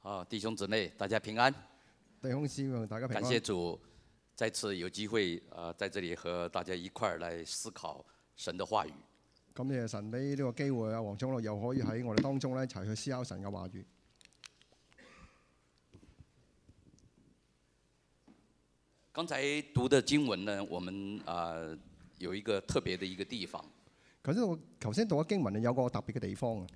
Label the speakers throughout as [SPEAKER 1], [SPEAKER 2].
[SPEAKER 1] 啊，弟兄姊妹，大家平安！
[SPEAKER 2] 弟兄姊妹，大家平安。
[SPEAKER 1] 感谢主，再次有机会啊、呃在这里和大家一块儿来思考神的话语。
[SPEAKER 2] 感謝神俾呢個機會，啊阿黃長老又可以喺我哋當中咧一齊去思考神嘅話語。
[SPEAKER 1] 刚才读的经文呢，我们啊、呃有一个特别的一个地方，
[SPEAKER 2] 頭先我頭先讀咗經文有個特別嘅地方啊，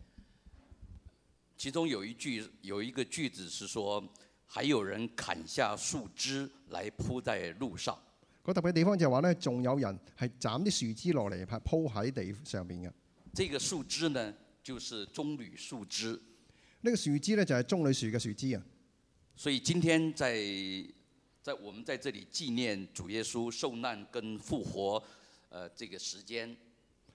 [SPEAKER 1] 其中有一句有一个句子是说，还有人砍下树枝来铺在路上。
[SPEAKER 2] 個特別嘅地方就係話咧，仲有人係斬啲樹枝落嚟，係鋪喺地上邊嘅。呢、
[SPEAKER 1] 这个树枝呢，就是棕榈树枝。
[SPEAKER 2] 個樹枝咧就係棕櫚樹嘅樹枝啊。
[SPEAKER 1] 所以今天在在我们在这里纪念主耶稣受难跟复活，呃，这个时间。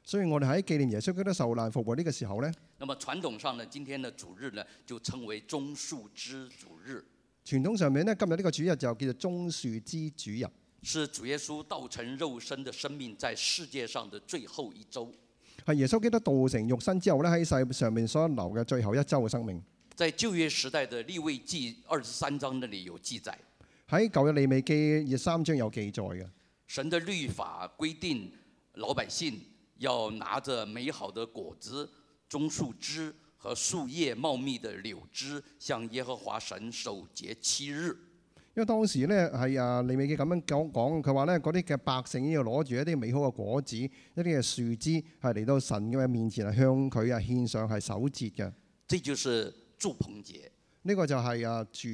[SPEAKER 2] 所以我哋喺紀念耶穌基督受難復活呢個時候咧，
[SPEAKER 1] 那么传统上呢，今天的主日呢，就称为棕树枝主日，
[SPEAKER 2] 傳統上面咧今日呢個主日就叫做棕樹枝主日，
[SPEAKER 1] 是主耶稣道成肉身的生命在世界上的最后一周。
[SPEAKER 2] 係耶穌基督道成肉身之後咧喺世上面所留嘅最後一周嘅生命。
[SPEAKER 1] 在旧约时代的立位记二十三章那里有记载，
[SPEAKER 2] 喺舊約利未記二十三章有記載嘅。
[SPEAKER 1] 神的律法规定老百姓要拿着美好的果子、棕树枝和树叶茂密的柳枝，向耶和华神守节七日。
[SPEAKER 2] 因為當時咧係啊利未記咁樣講講，佢話咧嗰啲嘅百姓要攞住一啲美好嘅果子，一啲嘅樹枝係嚟到神嘅面前，係向佢啊獻上係守節嘅。呢、
[SPEAKER 1] 这就是祝棚节，
[SPEAKER 2] 個就係啊住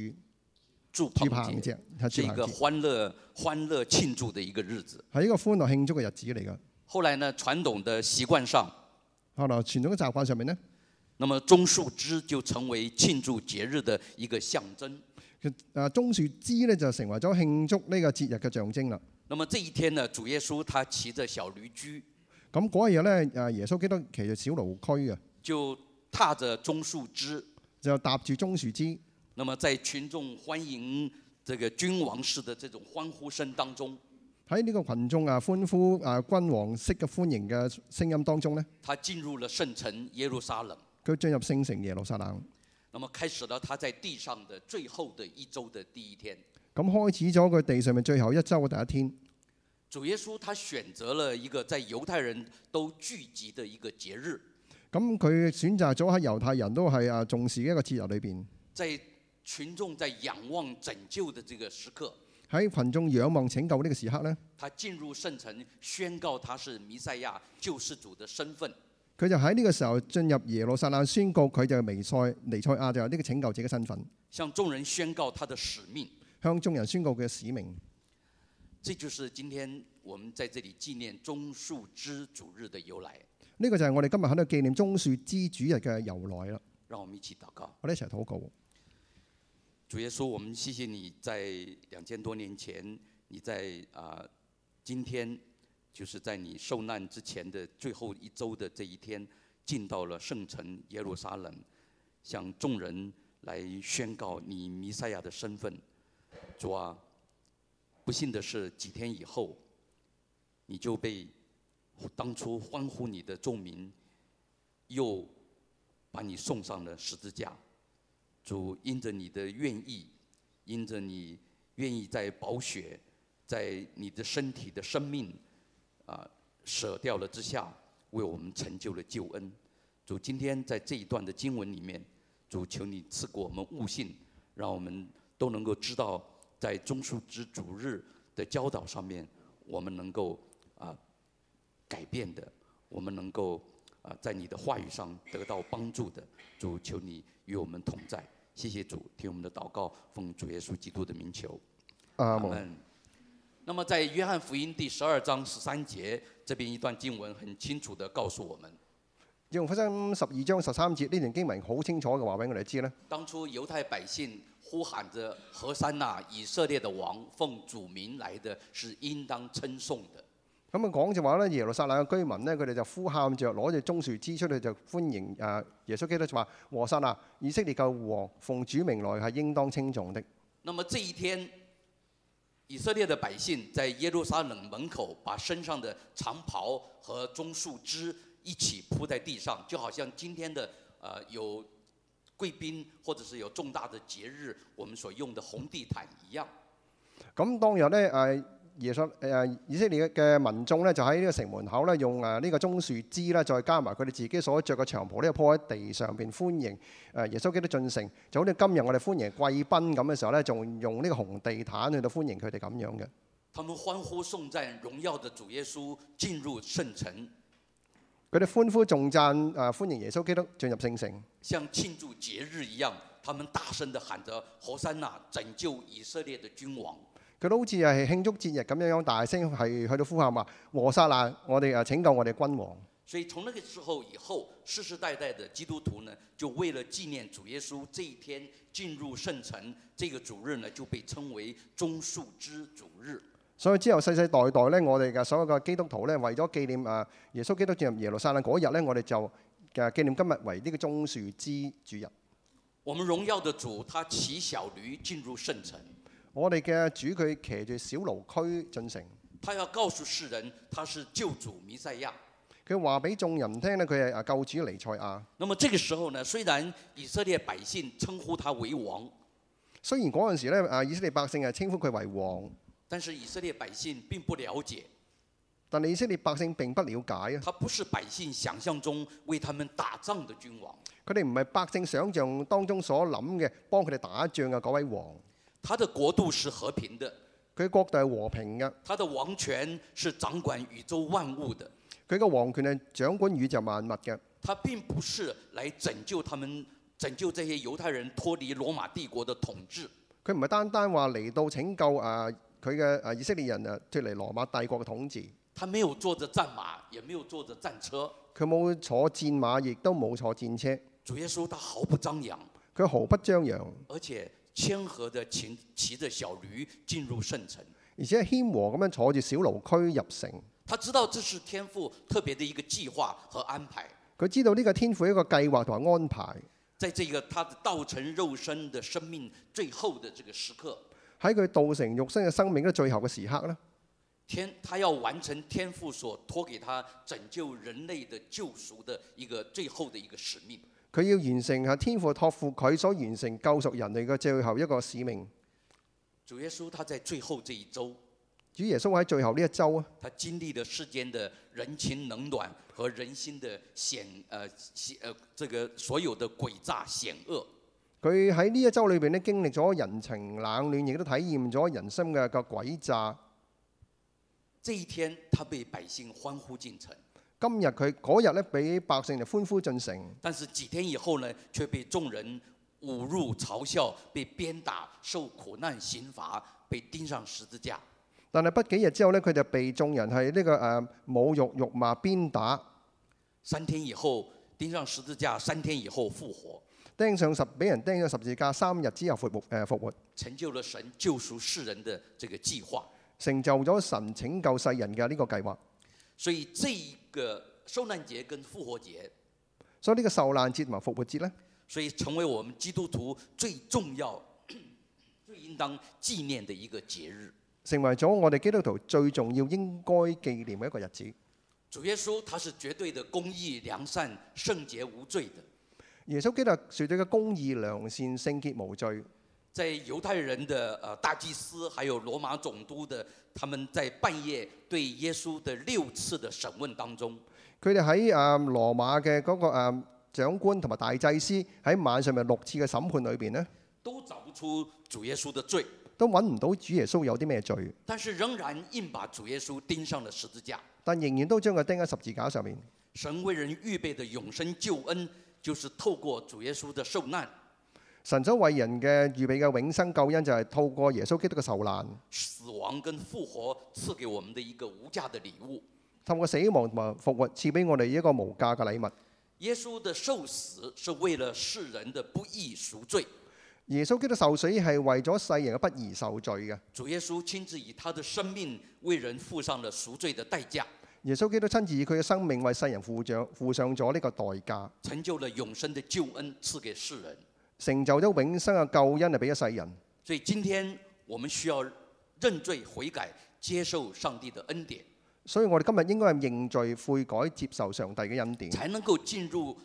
[SPEAKER 1] 祝
[SPEAKER 2] 住
[SPEAKER 1] 棚
[SPEAKER 2] 棚
[SPEAKER 1] 节
[SPEAKER 2] 節，係
[SPEAKER 1] 是
[SPEAKER 2] 住
[SPEAKER 1] 一
[SPEAKER 2] 棚
[SPEAKER 1] 個
[SPEAKER 2] 節，
[SPEAKER 1] 欢乐欢乐庆祝的一个日子。
[SPEAKER 2] 係一個歡樂慶祝嘅日子嚟㗎。
[SPEAKER 1] 后來呢，传統的习慣上，
[SPEAKER 2] 後來傳統嘅習慣上面咧，
[SPEAKER 1] 那么棕树枝就成為庆祝节日的一个象征。
[SPEAKER 2] 佢啊棕樹枝咧就成為咗慶祝呢個節日嘅象徵啦。
[SPEAKER 1] 那么这一天呢，主耶穌他骑着小驴驹，
[SPEAKER 2] 咁嗰日咧，啊耶穌基督騎住小驢駒嘅，
[SPEAKER 1] 就踏着棕树枝，
[SPEAKER 2] 就搭住棕樹枝，
[SPEAKER 1] 那么在群众欢迎这个君王式的这种欢呼声当中，
[SPEAKER 2] 喺呢個群眾啊歡呼啊君王式嘅歡迎嘅聲音當中咧，
[SPEAKER 1] 他进入了圣城耶路撒冷。
[SPEAKER 2] 佢進入聖城耶路撒冷。
[SPEAKER 1] 那么开始了他在地上的最后的一周的第一天。
[SPEAKER 2] 咁開始咗佢地上面最後一周嘅第一天，
[SPEAKER 1] 主耶稣他选择了一个在犹太人都聚集的一个节日，
[SPEAKER 2] 咁佢選擇咗喺猶太人都係啊重視嘅一個節日裏邊，
[SPEAKER 1] 在群众在仰望拯救的这个时刻，
[SPEAKER 2] 喺群眾仰望拯救呢個時刻呢，
[SPEAKER 1] 他进入圣城，宣告他是弥赛亚救世主的身份。
[SPEAKER 2] 佢就喺呢個時候進入耶路撒冷宣告佢就係彌賽尼賽亞就係呢個拯救者嘅身份，
[SPEAKER 1] 向众人宣告他的使命，
[SPEAKER 2] 向眾人宣告佢嘅使命。
[SPEAKER 1] 这就是今天我们在这里纪念棕树枝主日的由来。
[SPEAKER 2] 呢、個就係我哋今日喺度紀念棕樹之主日嘅由來啦。
[SPEAKER 1] 让我们一起祷告，
[SPEAKER 2] 我哋一齊禱告，
[SPEAKER 1] 主耶稣，我们谢谢你在两千多年前，你在啊、今天，就是在你受难之前的最后一周的这一天，进到了圣城耶路撒冷，向众人来宣告你弥赛亚的身份。主啊，不幸的是，几天以后，你就被当初欢呼你的众民，又把你送上了十字架。主，因着你的愿意，因着你愿意在宝血，在你的身体的生命啊、舍掉了之下，为我们成就了救恩。主，今天在这一段的经文里面，主求你赐给我们悟性，让我们都能够知道，在中树之主日的教导上面，我们能够啊、改变的，我们能够啊、在你的话语上得到帮助的。主，求你与我们同在。谢谢主，听我们的祷告，奉主耶稣基督的名求，
[SPEAKER 2] 阿
[SPEAKER 1] 阿
[SPEAKER 2] 門。
[SPEAKER 1] 门。那么，在约翰福音第十二章十三节这边一段经文，很清楚的告诉我们，
[SPEAKER 2] 用福音十二章十三節呢段經文好清楚嘅話俾我哋知咧。
[SPEAKER 1] 当初犹太百姓呼喊着“何山呐、以色列的王，奉主名来的是应当称颂的。
[SPEAKER 2] 咁啊講就話咧，耶路撒冷嘅居民咧，佢哋就呼喊着攞住棕樹枝出嚟就歡迎誒耶穌基督就話：和散那，以色列嘅王，奉主名來係應當稱重的。
[SPEAKER 1] 那么这一天，以色列的百姓在耶路撒冷门口把身上的长袍和棕树枝一起铺在地上，就好像今天的呃有贵宾或者是有重大的节日，我们所用的红地毯一样。
[SPEAKER 2] 咁當日咧誒耶穌誒以色列嘅呃民眾咧就喺呢個城門口咧呃用啊誒呢個棕樹枝啦，再加埋佢哋自己所着嘅長袍咧鋪喺地上邊歡迎誒耶穌基督進城，就好似今日我哋歡迎呃貴賓咁嘅時候咧，仲用呢個紅地毯去到歡迎佢哋咁樣嘅。
[SPEAKER 1] 他们欢呼颂赞荣耀的主耶稣进入圣城，
[SPEAKER 2] 佢哋歡呼重讚誒歡迎耶穌基督進入聖城，
[SPEAKER 1] 像庆祝节日一样，他们大声地喊着“何山呐，拯救以色列的君王
[SPEAKER 2] 佢都好似係慶祝節日咁樣樣，大聲係去到呼喊話：和撒那，我哋誒拯救我哋君王。”。
[SPEAKER 1] 所以从那个时候以后，世世代代的基督徒呢，就为了纪念主耶稣这一天进入圣城，这个主日呢就被称为棕树枝主日。
[SPEAKER 2] 所以之後世世代代咧，我哋嘅所有嘅基督徒咧，為咗紀念啊耶穌基督進入耶路撒冷嗰日咧，我哋就嘅紀念今日為呢個棕樹之主日。
[SPEAKER 1] 我们荣耀的主，他骑小驴进入圣城，
[SPEAKER 2] 我哋嘅主佢騎住小驢駒進城，
[SPEAKER 1] 他要告訴世人他是救主弥赛亚。
[SPEAKER 2] 佢話俾眾人聽咧，佢係啊救主彌賽亞。
[SPEAKER 1] 那么这个时候呢，虽然以色列百姓称呼他为王，
[SPEAKER 2] 雖然嗰陣時咧啊以色列百姓係稱呼佢為王，
[SPEAKER 1] 但是以色列百姓并不了解，
[SPEAKER 2] 但係以色列百姓並不了解啊，
[SPEAKER 1] 他不是百姓想象中为他们打仗的君王，
[SPEAKER 2] 佢哋唔係百姓想象當中所諗嘅幫佢哋打仗嘅嗰位王，
[SPEAKER 1] 他的国度是和平的，
[SPEAKER 2] 佢國度係和平嘅，
[SPEAKER 1] 他的王权是掌管宇宙万物的，
[SPEAKER 2] 佢嘅王權係掌管宇宙萬物嘅。
[SPEAKER 1] 他并不是来拯救他们，拯救这些犹太人脱离罗马帝国的统治。
[SPEAKER 2] 佢唔係單單話嚟到拯救啊佢嘅啊以色列人啊脱離羅馬帝國嘅統治，
[SPEAKER 1] 他没有坐着战马，也没有坐着战车。
[SPEAKER 2] 佢冇坐戰馬，亦都冇坐戰車，
[SPEAKER 1] 主耶稣他毫不张扬，
[SPEAKER 2] 佢毫不張揚，
[SPEAKER 1] 而且谦和的骑骑着小驴进入圣城。
[SPEAKER 2] 而且謙和咁樣坐住小驢駒入城。
[SPEAKER 1] 他知道这是天父特别的一个计划和安排，
[SPEAKER 2] 佢知道呢個天父一個計劃同埋安排，
[SPEAKER 1] 在这个他的道成肉身的生命最后的这个时刻，
[SPEAKER 2] 喺佢道成肉身嘅生命嘅最後嘅時刻咧，
[SPEAKER 1] 天他要完成天父所托给他拯救人类的救赎的一个最后的一个使命。
[SPEAKER 2] 佢要完成係天父託付佢所完成救贖人類嘅最後一個使命。
[SPEAKER 1] 主耶稣他在最后这一周，
[SPEAKER 2] 主耶穌喺最後呢一周啊，
[SPEAKER 1] 他经历了世间的人情冷暖和人心的险呃险呃这个所有的诡诈险恶。
[SPEAKER 2] 佢喺呢一周裏邊咧經歷咗人情冷暖，亦都體驗咗人心嘅個詭詐。
[SPEAKER 1] 这一天，他被百姓欢呼进城，
[SPEAKER 2] 今日佢嗰日咧，俾百姓就歡呼進城。
[SPEAKER 1] 但是几天以后呢，却被众人侮辱、嘲笑，被鞭打，受苦难、刑罚，被钉上十字架。
[SPEAKER 2] 但係不幾日之後咧，佢就被眾人係呢、個誒、呃侮辱、辱罵、鞭打，
[SPEAKER 1] 三天以后钉上十字架，三天以后复活，
[SPEAKER 2] 釘上十，俾人釘咗十字架。三日之後復活，誒、復活，
[SPEAKER 1] 成就了神救赎世人的这个计划。
[SPEAKER 2] 成就咗神拯救世人嘅呢個計劃。
[SPEAKER 1] 所以这一个受难节跟复活节，
[SPEAKER 2] 所以呢個受難節同埋復活節咧，
[SPEAKER 1] 所以成为我们基督徒最重要、 最应当纪念的一个节日。
[SPEAKER 2] 成為咗我哋基督徒最重要應該紀念嘅一個日子。
[SPEAKER 1] 主耶稣他是绝对的公义、良善、圣洁、无罪的。
[SPEAKER 2] 耶穌基督説咗嘅公義、良善、聖潔、無罪，
[SPEAKER 1] 在犹太人的呃大祭司，还有罗马总督的，他们在半夜对耶稣的六次的审问当中，
[SPEAKER 2] 佢哋喺誒羅馬嘅嗰、個、呃、長官同埋大祭司喺晚上面六次嘅審判裏邊咧。
[SPEAKER 1] 都找不出主耶稣的罪，
[SPEAKER 2] 都揾唔到主耶穌有啲咩罪，
[SPEAKER 1] 但是仍然硬把主耶稣钉上了十字架。
[SPEAKER 2] 但仍然都將佢釘喺十字架上面。
[SPEAKER 1] 神为人预备的永生救恩，就是透过主耶稣的受难、
[SPEAKER 2] 神所為人嘅預備嘅永生救恩就係透過耶穌基督嘅受難，
[SPEAKER 1] 死亡跟复活赐给我们的一个无价的礼物。
[SPEAKER 2] 透過死亡同埋復活賜俾我哋一個無價嘅禮物。
[SPEAKER 1] 耶稣的受死是为了世人的不义赎罪，
[SPEAKER 2] 耶穌基督受死係為咗世人嘅不義受罪嘅。
[SPEAKER 1] 主耶稣亲自以他的生命为人付上了赎罪的代价，
[SPEAKER 2] 耶穌基督親自以佢嘅生命為世人付上付上咗呢個代價，
[SPEAKER 1] 成就了永生的救恩，赐给世人。
[SPEAKER 2] 成就咗永生嘅救恩係俾咗世人。
[SPEAKER 1] 所以今天我们需要认罪悔改，接受上帝的恩典，
[SPEAKER 2] 所以我哋今日應該係認罪悔改，接受上帝嘅恩典，
[SPEAKER 1] 才能够进入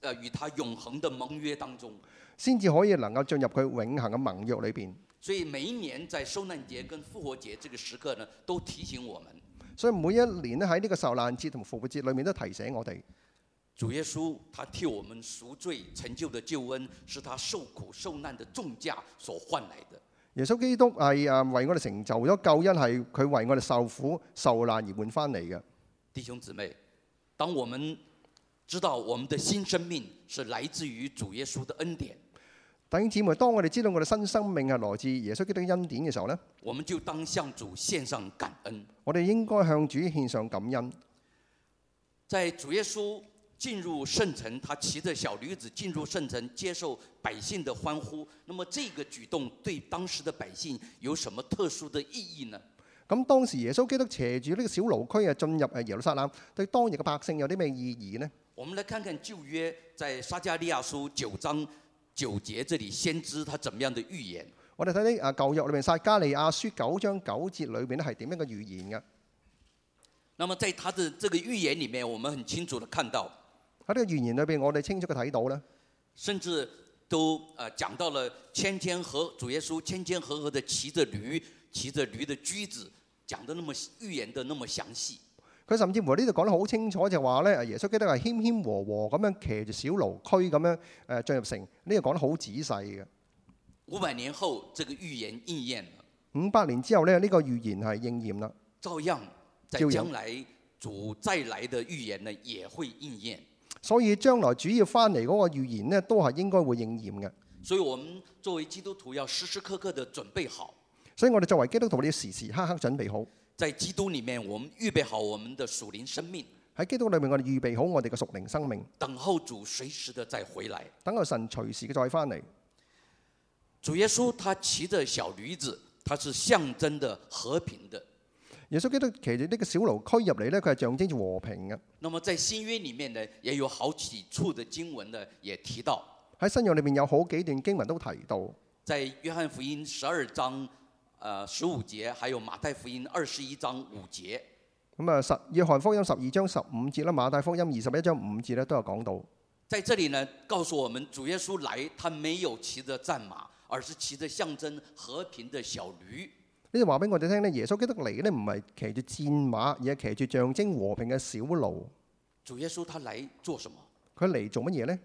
[SPEAKER 1] 呃与他永恒的盟约当中。
[SPEAKER 2] 先至可以能夠進入佢永恆嘅盟約裏邊。
[SPEAKER 1] 所以每一年在受难节跟复活节这个时刻呢，都提醒我们，
[SPEAKER 2] 所以每一年咧喺呢個受難節同復活節裏面都提醒我哋，
[SPEAKER 1] 主耶稣他替我们赎罪成就的救恩，是他受苦受难的重价所换来的。
[SPEAKER 2] 耶穌基督係誒為我哋成就咗救恩，係佢為我哋受苦受難而換翻嚟嘅。
[SPEAKER 1] 弟兄姊妹，当我们知道我们的新生命是来自于主耶稣的恩典，
[SPEAKER 2] 弟兄姊妹，當我哋知道我哋新生命係來自耶穌基督嘅恩典嘅時候呢，
[SPEAKER 1] 我们就当向主献上感恩。
[SPEAKER 2] 我哋應該向主獻上感恩。
[SPEAKER 1] 在主耶稣进入圣城，他骑着小驴子进入圣城，接受百姓的欢呼。那么这个举动对当时的百姓有什么特殊的意义呢？
[SPEAKER 2] 咁當時耶穌基督斜住呢個小驢區啊，進入誒耶路撒冷，對當日嘅百姓有啲咩意義呢？
[SPEAKER 1] 我们来看看旧约在撒加利亚书九章九节这里，先知他怎么样的预言。
[SPEAKER 2] 我哋睇睇啊舊約裏面撒加利亞書九章九節裏面咧係點樣嘅預言嘅？
[SPEAKER 1] 那么在他的这个预言里面，我们很清楚的看到，
[SPEAKER 2] 喺呢個預言裏邊，我哋清楚嘅睇到咧，
[SPEAKER 1] 甚至都呃讲到了谦谦和主耶稣谦谦和和的骑着驴，骑着驴的驹子，讲的那么预言的那么详细。
[SPEAKER 2] 佢甚至乎呢度講得好清楚，就話咧耶穌基督係謙謙和和咁樣騎住小驢駒咁樣誒進入城，呢、個講得好仔細嘅。
[SPEAKER 1] 五百年后，这个预言应验了，
[SPEAKER 2] 五百年之後咧，呢、個預言係應驗啦。
[SPEAKER 1] 照样在
[SPEAKER 2] 就有
[SPEAKER 1] 将来主再来的预言呢也会应验。
[SPEAKER 2] 所以將來主要翻嚟嗰個預言呢，都係應該會應驗嘅。
[SPEAKER 1] 所以，我们作为基督徒要时时刻刻的准备好，
[SPEAKER 2] 所以我哋作為基督徒，你要時時刻刻準備好
[SPEAKER 1] 在基督里面，我们预备好我们的属灵生命，
[SPEAKER 2] 喺基督裏面，我哋預備好我哋嘅屬靈生命，
[SPEAKER 1] 等候主随时的再回来。
[SPEAKER 2] 等候神隨時嘅再翻嚟。
[SPEAKER 1] 主耶稣他骑着小驴子，他是象征的和平的。
[SPEAKER 2] 耶穌基督騎住呢個小驢驅入嚟呢，佢係象徵住和平嘅。
[SPEAKER 1] 那么在新约里面呢，也有好几处的經文呢，也提到，
[SPEAKER 2] 喺新約裏面有好幾段經文都提到，
[SPEAKER 1] 在约翰福音十二章呃十五节，还有马太福音二十一章五节，
[SPEAKER 2] 咁啊十約翰福音十二章十五節啦，馬太福音二十一章五節咧都有講到。
[SPEAKER 1] 在这里呢，告诉我们主耶稣来，他没有骑着战马，而是骑着象征和平的小驴。
[SPEAKER 2] 呢就話俾我哋聽咧，耶穌基督嚟呢唔係騎住戰馬，而係騎住象徵和平嘅小驢。
[SPEAKER 1] 主耶稣他来做什么？
[SPEAKER 2] 佢嚟做乜嘢呢？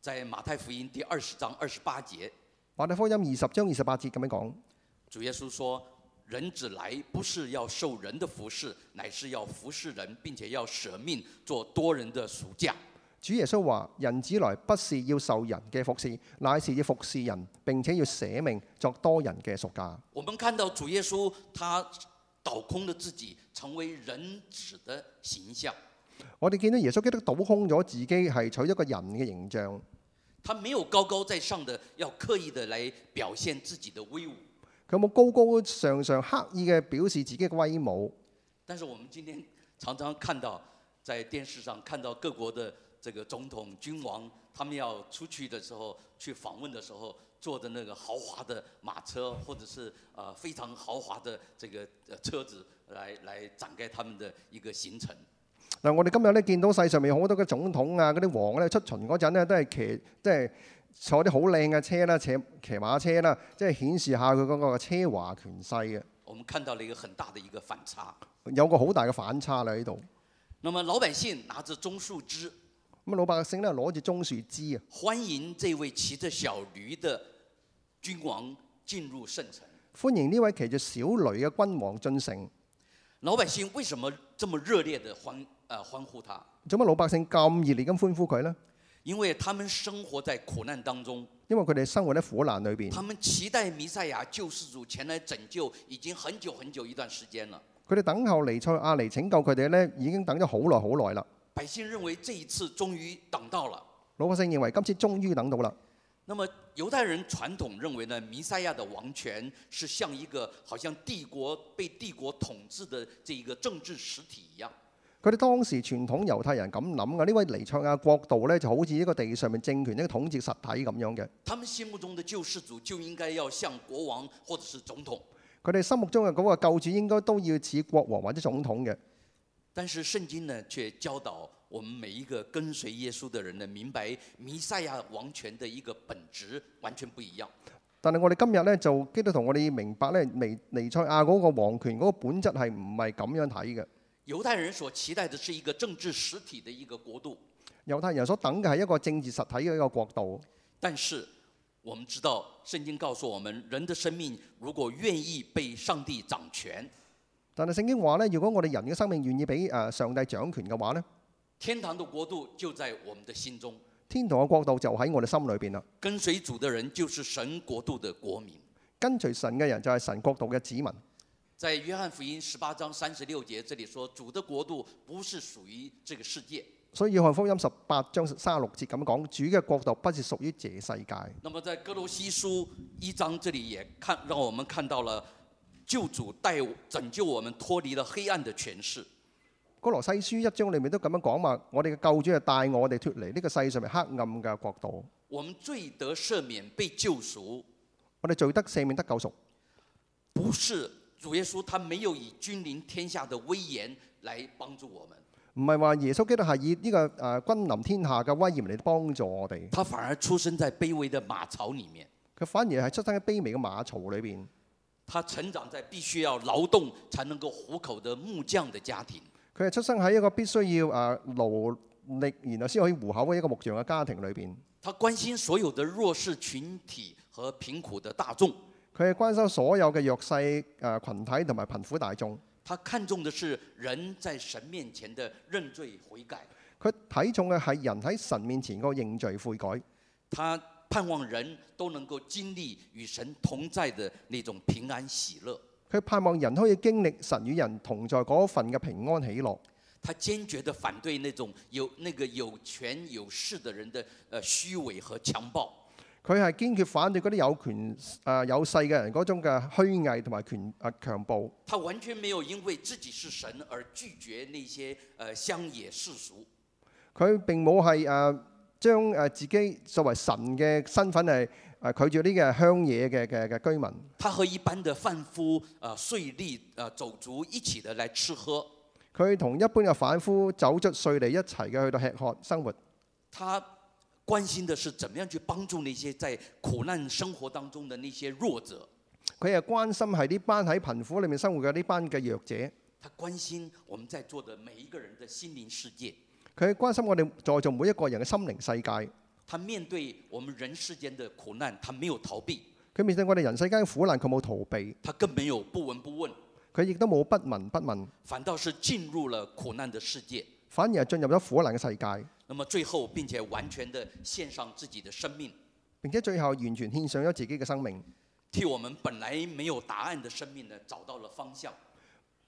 [SPEAKER 1] 在马太福音第二十章二十八节，
[SPEAKER 2] 馬太福音二十章二十八節咁樣講。
[SPEAKER 1] 主耶稣说：“人子来不是要受人的服侍，乃是要服侍人，并且要舍命做多人的赎价。”
[SPEAKER 2] 主耶穌話：人子來不是要受人嘅服侍，乃是要服侍人，並且要捨命作多人嘅贖價。
[SPEAKER 1] 我们看到主耶稣他倒空了自己，成为人子的形象。
[SPEAKER 2] 我哋見到耶穌基督倒空咗自己，係取咗個人嘅形象。
[SPEAKER 1] 他没有高高在上的，要刻意的来表现自己的威武。
[SPEAKER 2] 佢有冇高高上上刻意嘅表示自己嘅威武？
[SPEAKER 1] 但是我们今天常常看到，在电视上看到各国的这个总统、君王，他们要出去的时候，去访问的时候，坐的那个豪华的马车，或者是呃非常豪华的这个呃车子来，来展开他们的一个行程。
[SPEAKER 2] 嗱，我哋今日咧見到世上面好多嘅總統啊、嗰啲王咧出巡嗰陣咧，都係騎即係坐啲好靚嘅車啦，騎騎馬車啦，即係顯示下佢嗰個奢華權勢嘅，
[SPEAKER 1] 我们看到了一个很大的一个反差。
[SPEAKER 2] 有個好大嘅反差啦喺度。
[SPEAKER 1] 那么老百姓拿着棕树枝
[SPEAKER 2] 咁啊老百姓咧攞住棕樹枝啊，
[SPEAKER 1] 欢迎这位骑着小驴的君王进入圣城。
[SPEAKER 2] 歡迎呢位騎住小驢嘅君王進城。
[SPEAKER 1] 老百姓为什么这么热烈的欢呃欢呼他？
[SPEAKER 2] 做乜老百姓咁熱烈咁歡呼佢呢？
[SPEAKER 1] 因为他们生活在苦難当中，
[SPEAKER 2] 因為佢哋生活喺苦難裏邊，
[SPEAKER 1] 他们期待弥赛亚救世主前来拯救，已经很久很久一段时间了。
[SPEAKER 2] 佢哋等候尼賽亞嚟拯救佢哋咧，已經等咗好耐好耐啦。
[SPEAKER 1] 百姓认为这一次终于等到了。
[SPEAKER 2] 老百姓認為今次終於等到啦。
[SPEAKER 1] 那么犹太人传统认为呢，弥赛亚的王权是像一个好像帝国被帝国统治的这一个政治实体一样。
[SPEAKER 2] 佢哋當時傳統猶太人咁諗嘅，呢位尼賽亞國度咧就好似一個地上面政權一個統治實體咁樣嘅。
[SPEAKER 1] 他們心目中的救世主就应该要像国王或者是总统，
[SPEAKER 2] 佢哋心目中嘅嗰個救主應該都要似國王或者總統嘅，
[SPEAKER 1] 但是圣经呢却教导我们每一个跟随耶稣的人呢，明白弥赛亚王权的一个本质完全不一样。
[SPEAKER 2] 但係我哋今日咧就基督徒，我哋明白咧尼尼賽亞嗰個皇權嗰個本質係唔係咁樣睇嘅。
[SPEAKER 1] 犹太人所期待的是一个政治实体的一个国度，
[SPEAKER 2] 猶太人所等嘅係一個政治實體嘅一個國度，
[SPEAKER 1] 但是我们知道，圣经告诉我们，人的生命如果愿意被上帝掌权，
[SPEAKER 2] 但係聖經話咧，如果我哋人嘅生命願意俾誒上帝掌權嘅話咧，
[SPEAKER 1] 天堂的国度就在我们的心中。
[SPEAKER 2] 天堂嘅國度就喺我哋心裏邊啦。
[SPEAKER 1] 跟随主的人就是神国度的国民。
[SPEAKER 2] 跟隨神嘅人就係神國度嘅子民。
[SPEAKER 1] 在约翰福音十八章三十六节这里说，主的国度不是属于这个世界。
[SPEAKER 2] 所以約翰福音十八章三十六節咁講，主嘅國度不是屬於這世界。
[SPEAKER 1] 那么在哥罗西书一章这里也看，让我们看到了救主带拯救我们脱离了黑暗的权势。
[SPEAKER 2] 哥羅西書一章裏面都咁樣講嘛，我哋嘅救主係帶我哋脱離呢個世上面黑暗嘅國度，
[SPEAKER 1] 我们罪得赦免，被救赎，
[SPEAKER 2] 我哋罪得赦免得救贖。
[SPEAKER 1] 不是主耶稣他没有以君临天下的威严来帮助我们，
[SPEAKER 2] 唔係話耶穌基督係以呢、個誒、呃君臨天下嘅威嚴嚟幫助我哋，
[SPEAKER 1] 他反而出生在卑微的马槽里面，
[SPEAKER 2] 佢反而係出生喺卑微嘅馬槽裏邊。
[SPEAKER 1] 他成长在必须要劳动才能够糊口的木匠的家庭。
[SPEAKER 2] 佢係出生喺一個必須要誒勞力，然後先可以糊口嘅一個木匠嘅家庭裏邊。
[SPEAKER 1] 他关心所有的弱势群体和贫苦的大众，
[SPEAKER 2] 佢係關心所有嘅弱勢誒羣體同埋貧苦大眾。
[SPEAKER 1] 他看重的是人在神面前的认罪悔改，
[SPEAKER 2] 佢睇重嘅係人喺神面前嗰個認罪悔改。
[SPEAKER 1] 他盼望人都能够经历与神同在的那种平安喜乐。
[SPEAKER 2] 佢盼望人可以經歷神與人同在嗰份嘅平安喜樂。
[SPEAKER 1] 他坚决地反对那种有那个有权有势的人的呃虚伪和强暴。
[SPEAKER 2] 佢係堅決反對嗰啲有權誒、呃有勢嘅人嗰種嘅虛偽同埋權誒、呃、強暴。
[SPEAKER 1] 他完全没有因为自己是神而拒绝那些呃乡野世俗。
[SPEAKER 2] 佢並冇係誒將誒自己作為神嘅身份係誒拒絕呢嘅鄉野嘅嘅嘅居民。
[SPEAKER 1] 他和一般的贩夫、呃税吏、呃走卒一起的来吃喝。
[SPEAKER 2] 佢同一般嘅反夫走卒碎利一齊嘅去到吃喝生活。
[SPEAKER 1] 他关心的是怎么样去帮助那些在苦难生活当中的那些弱者。
[SPEAKER 2] 佢係關心係呢班喺貧苦裏面生活嘅呢班嘅弱者。
[SPEAKER 1] 他关心我们在座的每一个人的心灵世界。
[SPEAKER 2] 佢係關心我哋在座每一個人嘅心靈世界。
[SPEAKER 1] 他面对我们人世间的苦难，他没有逃避，
[SPEAKER 2] 佢面對我哋人世間嘅苦難，佢冇逃避，
[SPEAKER 1] 他更没有不闻不问。
[SPEAKER 2] 佢亦都冇不聞不問，
[SPEAKER 1] 反倒是进入了苦难的世界。
[SPEAKER 2] 反而係進入咗苦難嘅世界。
[SPEAKER 1] 那么最后，并且完全的献上自己的生命，
[SPEAKER 2] 並且最後完全獻上咗自己嘅生命，
[SPEAKER 1] 替我们本来没有答案的生命呢找到了方向，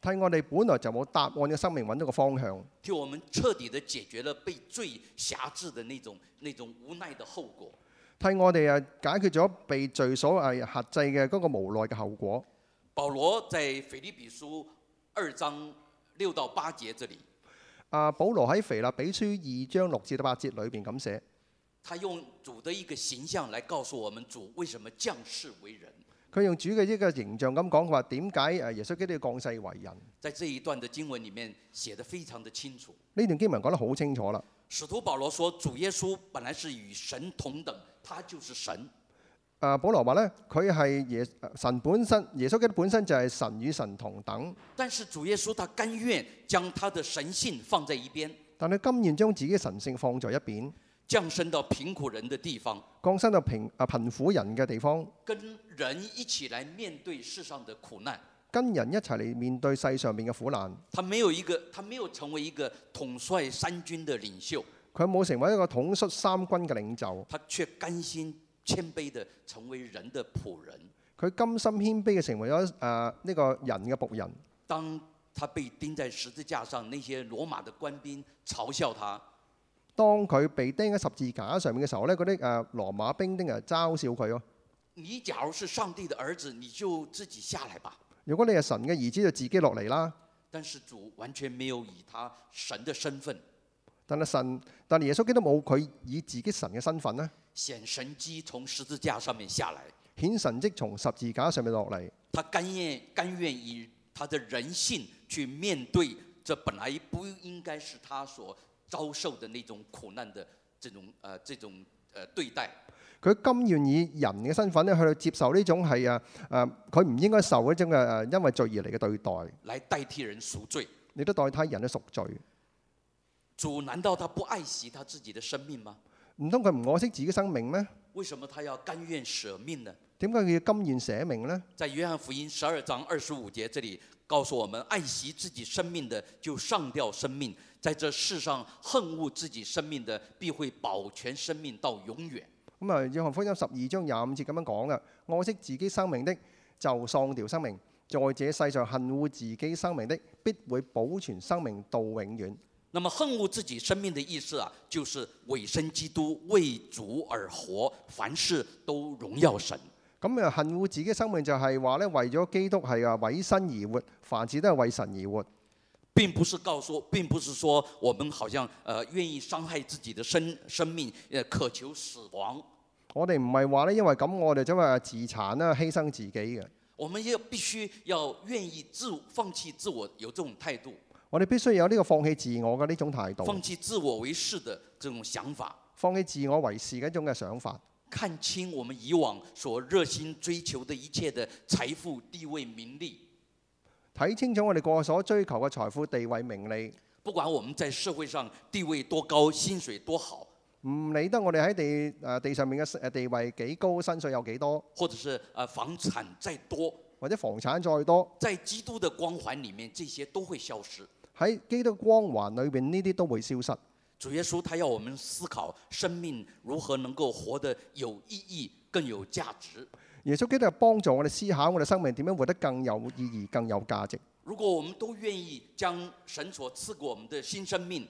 [SPEAKER 2] 替我哋本來就冇答案嘅生命揾到個方向，
[SPEAKER 1] 替我们彻底的解决了被罪辖制的那种那种无奈的后果。
[SPEAKER 2] 替我哋啊解決咗被罪所係限制嘅嗰個無奈嘅後果。
[SPEAKER 1] 保罗在腓立比书二章六到八节这里，
[SPEAKER 2] 啊，保羅喺腓立比書二章六至到八節裏邊咁寫，
[SPEAKER 1] 他用主的一个形象来告诉我们主为什么降世为人。
[SPEAKER 2] 佢用主嘅一個形象咁講，佢話點解誒耶穌基督要降世為人？
[SPEAKER 1] 在这一段的经文里面写得非常的清楚。
[SPEAKER 2] 呢段經文講得好清楚啦。
[SPEAKER 1] 使徒保罗说，主耶稣本来是与神同等，他就是神。
[SPEAKER 2] 啊，保羅話咧，佢係耶神本身，耶穌基督本身就係神與神同等，
[SPEAKER 1] 但是主耶穌他甘愿将他的神性放在一边，
[SPEAKER 2] 但佢甘願將自己嘅神性放在一邊，
[SPEAKER 1] 降生到貧苦人的地方，
[SPEAKER 2] 降生到平啊貧苦人嘅地方，
[SPEAKER 1] 跟人一起来面对世上的苦难。
[SPEAKER 2] 跟人一齊嚟面對世上面嘅苦難。
[SPEAKER 1] 他没有一个，他没有成为一个统帅三军的领袖，
[SPEAKER 2] 佢冇成為一個統率三軍嘅領袖，
[SPEAKER 1] 他却甘心谦卑的成为人的仆人。
[SPEAKER 2] 佢甘心謙卑嘅成為咗誒呢個人嘅仆人。
[SPEAKER 1] 当他被钉在十字架上，那些罗马的官兵嘲笑他，
[SPEAKER 2] 當佢被釘喺十字架上面嘅時候咧，嗰啲誒羅馬兵丁啊嘲笑佢咯。
[SPEAKER 1] 你假如是上帝的儿子，你就自己下来吧。
[SPEAKER 2] 如果你係神嘅兒子，就自己落嚟啦。
[SPEAKER 1] 但是主完全没有以他神的身份
[SPEAKER 2] 但係神，但係耶穌基督冇佢以自己神嘅身份咧，
[SPEAKER 1] 显神机从十字架上面下来，
[SPEAKER 2] 顯神蹟從十字架上面落嚟。
[SPEAKER 1] 他甘愿甘愿以他的人性去面对这本来不应该是他所遭受的那种苦难的这种呃这种呃对待。
[SPEAKER 2] 佢甘願以人嘅身份咧去到接受呢種係誒誒，佢唔應該受嗰種嘅誒，因為罪而嚟嘅對待，
[SPEAKER 1] 来代替人赎罪。
[SPEAKER 2] 你都代替人去贖罪。
[SPEAKER 1] 主难道他不爱惜他自己的生命吗？
[SPEAKER 2] 唔通佢唔愛惜自己生命咩？
[SPEAKER 1] 为什么他要甘愿舍命呢？
[SPEAKER 2] 點解佢要甘願捨命呢？
[SPEAKER 1] 在约翰福音十二章二十五节这里告诉我们：爱惜自己生命的，就上吊生命；在这世上恨恶自己生命的，必会保全生命到永远。
[SPEAKER 2] 咁啊，約翰福音十二章廿五節咁樣講嘅，愛惜自己生命的就喪掉生命，在這世上恨惡自己生命的，必會保存生命到永遠。
[SPEAKER 1] 那么恨恶自己生命的意思啊，就是委身基督，为主而活，凡事都荣耀神。
[SPEAKER 2] 咁啊，恨惡自己生命就係話咧，為咗基督係啊委身而活，凡事都係為神而活。
[SPEAKER 1] 并不是告诉，并不是说我们好像呃愿意伤害自己的生生命，呃渴求死亡。
[SPEAKER 2] 我哋唔係話咧，因為咁我哋就話自殘啦、犧牲自己嘅。
[SPEAKER 1] 我们要必须要願意自放棄自我，有这种态度，
[SPEAKER 2] 我哋必須有呢個放棄自我嘅呢種態度
[SPEAKER 1] 放，棄自我為是的这种想法，
[SPEAKER 2] 放棄自我為是嘅一種嘅想法，
[SPEAKER 1] 看清我们以往所熱心追求的一切的財富、地位、名利。
[SPEAKER 2] 睇清楚我哋過去所追求嘅財富、地位、名利，
[SPEAKER 1] 不管我们在社會上地位多高，薪水多好，
[SPEAKER 2] 唔理得我哋喺地誒地上面嘅呃誒地位幾高，薪水有幾多，
[SPEAKER 1] 或者是呃房產再多，
[SPEAKER 2] 或者房產再多，
[SPEAKER 1] 在基督的光環里面，这些都會消失。
[SPEAKER 2] 喺基督光環裏邊呢啲都會消失。
[SPEAKER 1] 主耶穌他要我们思考生命如何能夠活得有意義、更有價值。
[SPEAKER 2] 耶穌基督係幫助我哋思考我哋生命點樣活得更有意義、更有價值。
[SPEAKER 1] 如果我们都愿意将神所赐给我们的新生命，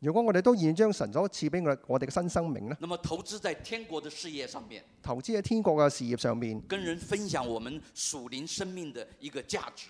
[SPEAKER 2] 如果我哋都願意將神所賜俾我哋我哋嘅新生命咧，
[SPEAKER 1] 那么投资在天国的事业上面，
[SPEAKER 2] 投資喺天國嘅事業上面。
[SPEAKER 1] 跟人分享我们属灵生命的一个价值，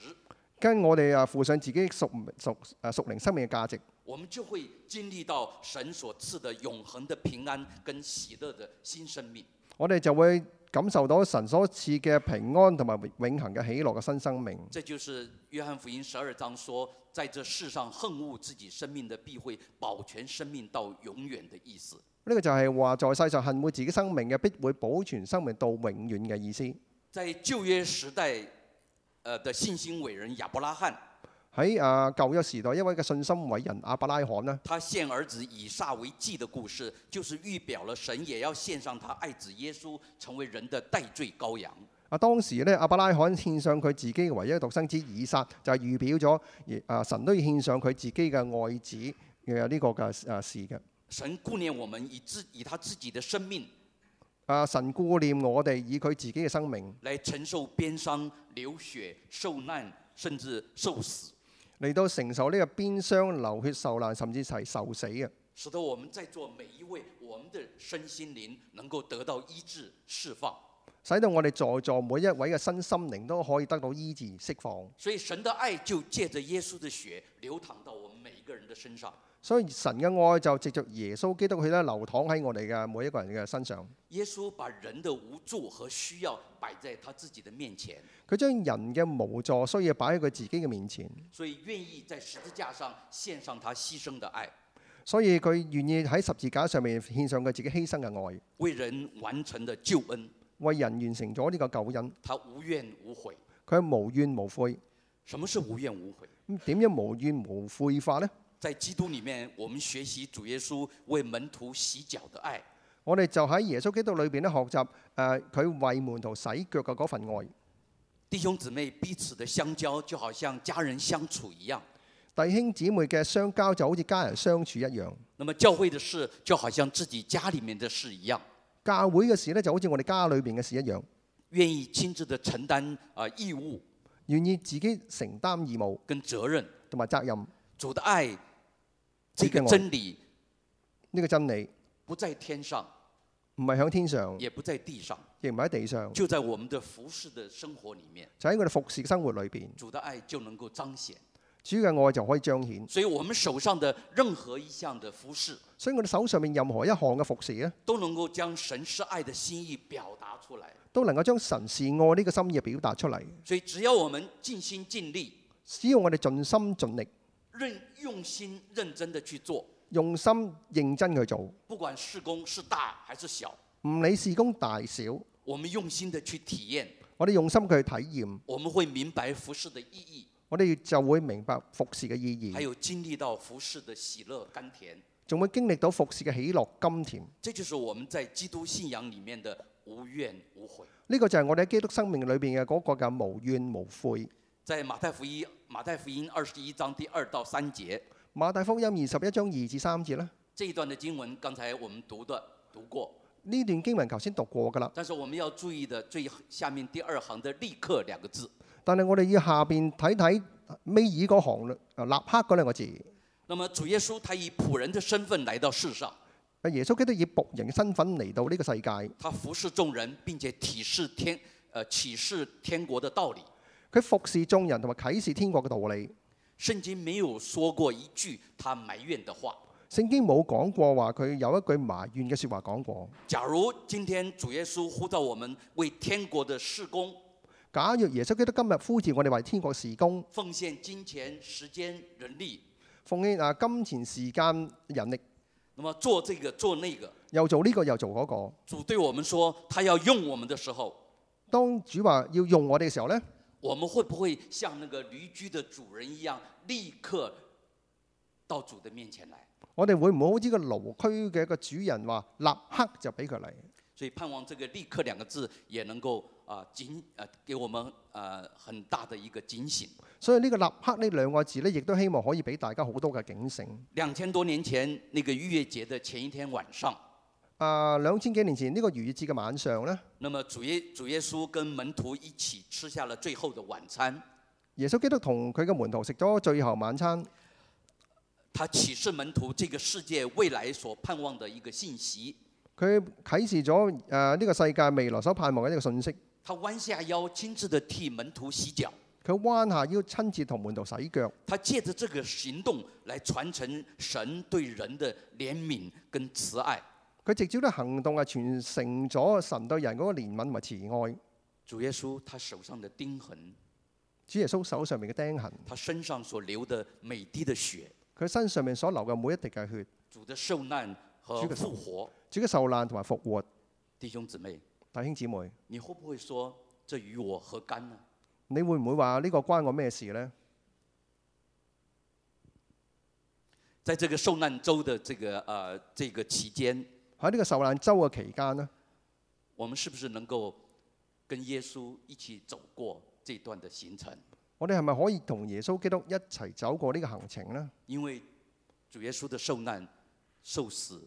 [SPEAKER 2] 跟我哋啊附上自己屬屬誒屬啊靈生命嘅價值，
[SPEAKER 1] 我们就会经歷到神所赐的永恒的平安跟喜乐的新生命。
[SPEAKER 2] 我哋就會感受到神所賜嘅平安同埋永恆嘅喜樂嘅新生命。
[SPEAKER 1] 这就是约翰福音十二章说，在这世上恨恶自己生命的，必会保全生命到永远的意思。
[SPEAKER 2] 呢、個就係話在世上恨惡自己生命嘅，必會保存生命到永遠嘅意思。
[SPEAKER 1] 在旧约时代，呃的信心伟人亚伯拉罕，
[SPEAKER 2] 喺啊舊約時代，一位嘅信心偉人阿伯拉罕呢，
[SPEAKER 1] 他献儿子以撒为祭的故事，就是预表了神也要献上他爱子耶稣，成为人的代罪羔羊。
[SPEAKER 2] 啊當時咧阿伯拉罕獻上佢自己嘅唯一獨生子以撒，就係、預表咗耶啊神都要獻上佢自己嘅愛子嘅呢個嘅啊事嘅。
[SPEAKER 1] 神顾念我们以自以他自己的生命
[SPEAKER 2] 啊神顧念我哋以佢自己嘅生命。
[SPEAKER 1] 来承受鞭伤、流血、受难，甚至受死，
[SPEAKER 2] 嚟到承受呢個鞭傷、流血、受難，甚至係受死啊嘅，
[SPEAKER 1] 使得我们在座每一位，我们的身心灵能够得到医治、释放。
[SPEAKER 2] 使到我哋在座每一位嘅身心靈都可以得到醫治釋放。
[SPEAKER 1] 所以神的爱就借着耶稣的血流淌到我们每一个人的身上。
[SPEAKER 2] 所以神嘅愛就藉着耶穌基督佢咧流淌喺我哋嘅每一個人嘅身上。
[SPEAKER 1] 耶稣把人的无助和需要摆在他自己的面前。
[SPEAKER 2] 佢將人嘅無助需要擺喺佢自己嘅面前，
[SPEAKER 1] 所以愿意在十字架上献上他牺牲的爱，
[SPEAKER 2] 所以佢願意喺十字架上面獻上佢自己犧牲嘅愛，
[SPEAKER 1] 为人完成的救恩，
[SPEAKER 2] 為人完成咗呢個救恩。
[SPEAKER 1] 他无怨无悔。
[SPEAKER 2] 佢係無怨無悔。
[SPEAKER 1] 什么是無怨無悔？
[SPEAKER 2] 咁點樣無怨無悔法呢？
[SPEAKER 1] 在基督里面，我们学习主耶稣为門徒洗脚的爱，
[SPEAKER 2] 我哋就喺耶穌基督裏邊咧學習誒，呃佢、為門徒洗腳嘅嗰份愛。
[SPEAKER 1] 弟兄姊妹彼此的相交，就好像家人相处一样。
[SPEAKER 2] 弟兄姊妹嘅相交就好似家人相處一樣，
[SPEAKER 1] 那么教会的事，就好像自己家里面的事一样，
[SPEAKER 2] 教會嘅事咧就好似我哋家裏邊嘅事一樣，
[SPEAKER 1] 愿意亲自的承担啊、呃义务
[SPEAKER 2] 願意自己承擔義務
[SPEAKER 1] 跟责任。
[SPEAKER 2] 同埋責任呢、
[SPEAKER 1] 主的愛，这
[SPEAKER 2] 这
[SPEAKER 1] 个
[SPEAKER 2] 个我
[SPEAKER 1] 真理
[SPEAKER 2] 個真理，
[SPEAKER 1] 不在天上，
[SPEAKER 2] 唔係喺天上，
[SPEAKER 1] 也不在地上，
[SPEAKER 2] 亦唔係喺地上，
[SPEAKER 1] 就在我们的服侍的生活里面。
[SPEAKER 2] 就喺我哋服侍生活裏邊，
[SPEAKER 1] 主的爱就能够彰显。
[SPEAKER 2] 主嘅愛就可以彰顯。
[SPEAKER 1] 所以，我们手上的任何一项的服饰，
[SPEAKER 2] 所以我哋手上面任何一項嘅服侍咧，
[SPEAKER 1] 都能够将神是愛的心意表达出来。
[SPEAKER 2] 都能夠將神是愛呢個心意表達出嚟。
[SPEAKER 1] 所以，只要我们尽心尽力，
[SPEAKER 2] 只要我哋盡心盡力，
[SPEAKER 1] 认用心认真的去做，
[SPEAKER 2] 用心認真去做，唔
[SPEAKER 1] 不管事工是大还是小，
[SPEAKER 2] 理事工大小，
[SPEAKER 1] 我们用心的去体验，
[SPEAKER 2] 我哋用心去體驗，
[SPEAKER 1] 我们会明白服侍的意义，
[SPEAKER 2] 我哋就會明白服侍嘅意
[SPEAKER 1] 还
[SPEAKER 2] 義，
[SPEAKER 1] 有经历到服侍的喜乐甘甜。
[SPEAKER 2] 仲會經歷到服侍嘅喜樂甘甜。
[SPEAKER 1] 这就是我们在基督信仰里面的无怨无悔。
[SPEAKER 2] 呢個就係我哋喺基督生命裏邊嘅嗰個嘅無怨無悔。
[SPEAKER 1] 在马太福音马太福音二十一章第二到三节
[SPEAKER 2] 馬太福音二十一章二至三節咧，
[SPEAKER 1] 这一段的经文，刚才我们读的读过，
[SPEAKER 2] 呢段經文頭先讀過㗎啦，
[SPEAKER 1] 但是我们要注意的最下面第二行的“立刻”两个字。
[SPEAKER 2] 但係我哋要下邊睇睇尾二嗰行啦啊立刻嗰兩個字。
[SPEAKER 1] 那么主耶稣他以仆人的身份来到世上，
[SPEAKER 2] 啊耶穌基督以仆人嘅身份嚟到呢個世界，
[SPEAKER 1] 他服侍众人，并且体示天呃启示天国的道理。
[SPEAKER 2] 佢服侍眾人同埋啟示天國嘅道理。
[SPEAKER 1] 圣经没有说过一句他埋怨的话。
[SPEAKER 2] 聖經冇講過話佢有一句埋怨嘅説話講過。
[SPEAKER 1] 假如今天主耶穌呼召我们为天国的事工
[SPEAKER 2] 假若耶穌基督今日呼召我哋為天國事工，
[SPEAKER 1] 奉献金钱、时间、人力，
[SPEAKER 2] 奉獻啊金錢、時間、人力，
[SPEAKER 1] 那么做这个做那个，
[SPEAKER 2] 又做呢、個又做嗰、個。
[SPEAKER 1] 主对我们说他要用我们的时候，
[SPEAKER 2] 當主話要用我哋嘅時候呢，
[SPEAKER 1] 我们会不会像那个驴驹的主人一样，立刻到主的面前来？
[SPEAKER 2] 我哋會唔會好似個奴區嘅一個主人話立刻就俾佢嚟？
[SPEAKER 1] 所以盼望这个“立刻”两个字也能够啊、警啊、给我们啊很大的一个警醒。
[SPEAKER 2] 所以呢個立刻呢兩個字呢，亦都希望可以俾大家好多嘅警醒。
[SPEAKER 1] 两千多年前那个逾越节的前一天晚上，
[SPEAKER 2] 啊，兩千幾年前呢、個逾越節嘅晚上呢，
[SPEAKER 1] 那么主耶主耶稣跟门徒一起吃下了最后的晚餐。
[SPEAKER 2] 耶穌基督同佢嘅門徒食咗最後晚餐，
[SPEAKER 1] 他启示门徒这个世界未来所盼望的一个信息。
[SPEAKER 2] 佢啟示咗誒呢個世界未來所盼望嘅一個信息。
[SPEAKER 1] 他弯下腰，亲自的替门徒洗脚。
[SPEAKER 2] 佢彎下腰親自同門徒洗腳，
[SPEAKER 1] 他借着这个行动来传承神对人的怜悯跟慈爱。
[SPEAKER 2] 佢直接咧行動係傳承咗神對人嗰個憐憫同埋慈愛。
[SPEAKER 1] 主耶穌他手上的钉痕，
[SPEAKER 2] 主耶穌手上面嘅釘痕，
[SPEAKER 1] 他身上所流的每滴的血，
[SPEAKER 2] 佢身上面所流嘅每一滴嘅血，
[SPEAKER 1] 主的受難和
[SPEAKER 2] 主的受
[SPEAKER 1] 复活，
[SPEAKER 2] 主嘅受難同埋復活，
[SPEAKER 1] 弟兄姊妹，
[SPEAKER 2] 弟兄姊妹，
[SPEAKER 1] 你会不会说这与我何干呢？
[SPEAKER 2] 你會唔會話呢個關我咩事呢？
[SPEAKER 1] 在这个受难周的这个呃这个期间，
[SPEAKER 2] 喺呢個受難周嘅期間呢，
[SPEAKER 1] 我们是不是能够跟耶稣一起走过这段的行程？
[SPEAKER 2] 我哋係咪可以同耶穌基督一齊走過呢個行程呢？
[SPEAKER 1] 因为主耶稣的受难、受死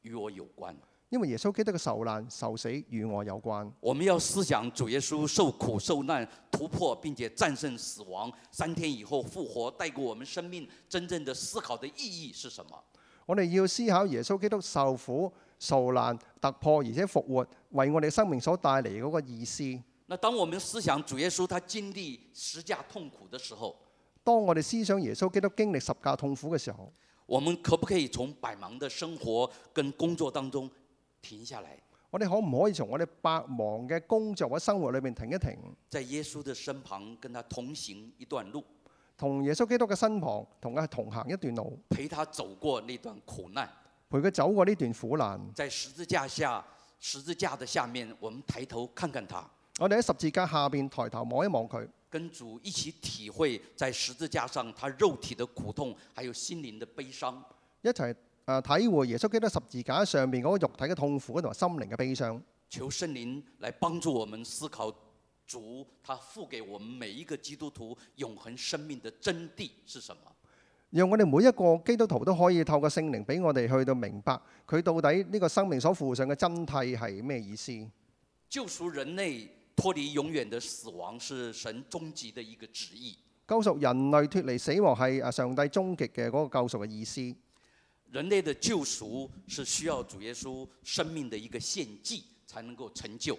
[SPEAKER 1] 与我有关。
[SPEAKER 2] 因為耶穌基督嘅受難受死與我有關，
[SPEAKER 1] 我们要思想主耶稣受苦受难、突破并且战胜死亡，三天以后复活，带给我们生命真正的思考的意义是什么？
[SPEAKER 2] 我哋要思考耶穌基督受苦、受難、突破而且復活，為我哋生命所帶嚟嗰個意思。
[SPEAKER 1] 那当我们思想主耶稣他经历十架痛苦的时候，
[SPEAKER 2] 當我哋思想耶穌基督經歷十架痛苦嘅時候，
[SPEAKER 1] 我们可不可以从百忙的生活跟工作当中停下来，
[SPEAKER 2] 我哋可唔可以從我哋百忙嘅工作或者生活裏面停一停，
[SPEAKER 1] 在耶稣的身旁跟他同行一段路，
[SPEAKER 2] 同耶穌基督嘅身旁，同佢同行一段路，
[SPEAKER 1] 陪他走過那段苦難，
[SPEAKER 2] 陪佢走過呢段苦難。
[SPEAKER 1] 在十字架下，十字架的下面，我们抬頭看看他，
[SPEAKER 2] 我哋喺十字架下邊抬頭望一望佢，
[SPEAKER 1] 跟主一起體會在十字架上他肉體的苦痛，還有心靈的悲傷。
[SPEAKER 2] 一齊誒體會耶穌基督十字架上面嗰個肉體嘅痛苦同埋心靈嘅悲傷。
[SPEAKER 1] 求聖靈來幫助我們思考主他付給我們每一個基督徒永恆生命的真諦是什麼。
[SPEAKER 2] 讓我哋每一個基督徒都可以透過聖靈俾我哋去到明白佢到底呢個生命所付上嘅真諦係咩意思。
[SPEAKER 1] 救贖人類脫離永遠的死亡是神終極的一個旨意。
[SPEAKER 2] 救贖人類脱離死亡係啊上帝終極嘅嗰個救贖嘅意思。
[SPEAKER 1] 人类的救赎是需要主耶稣生命的一个献祭才能够成就，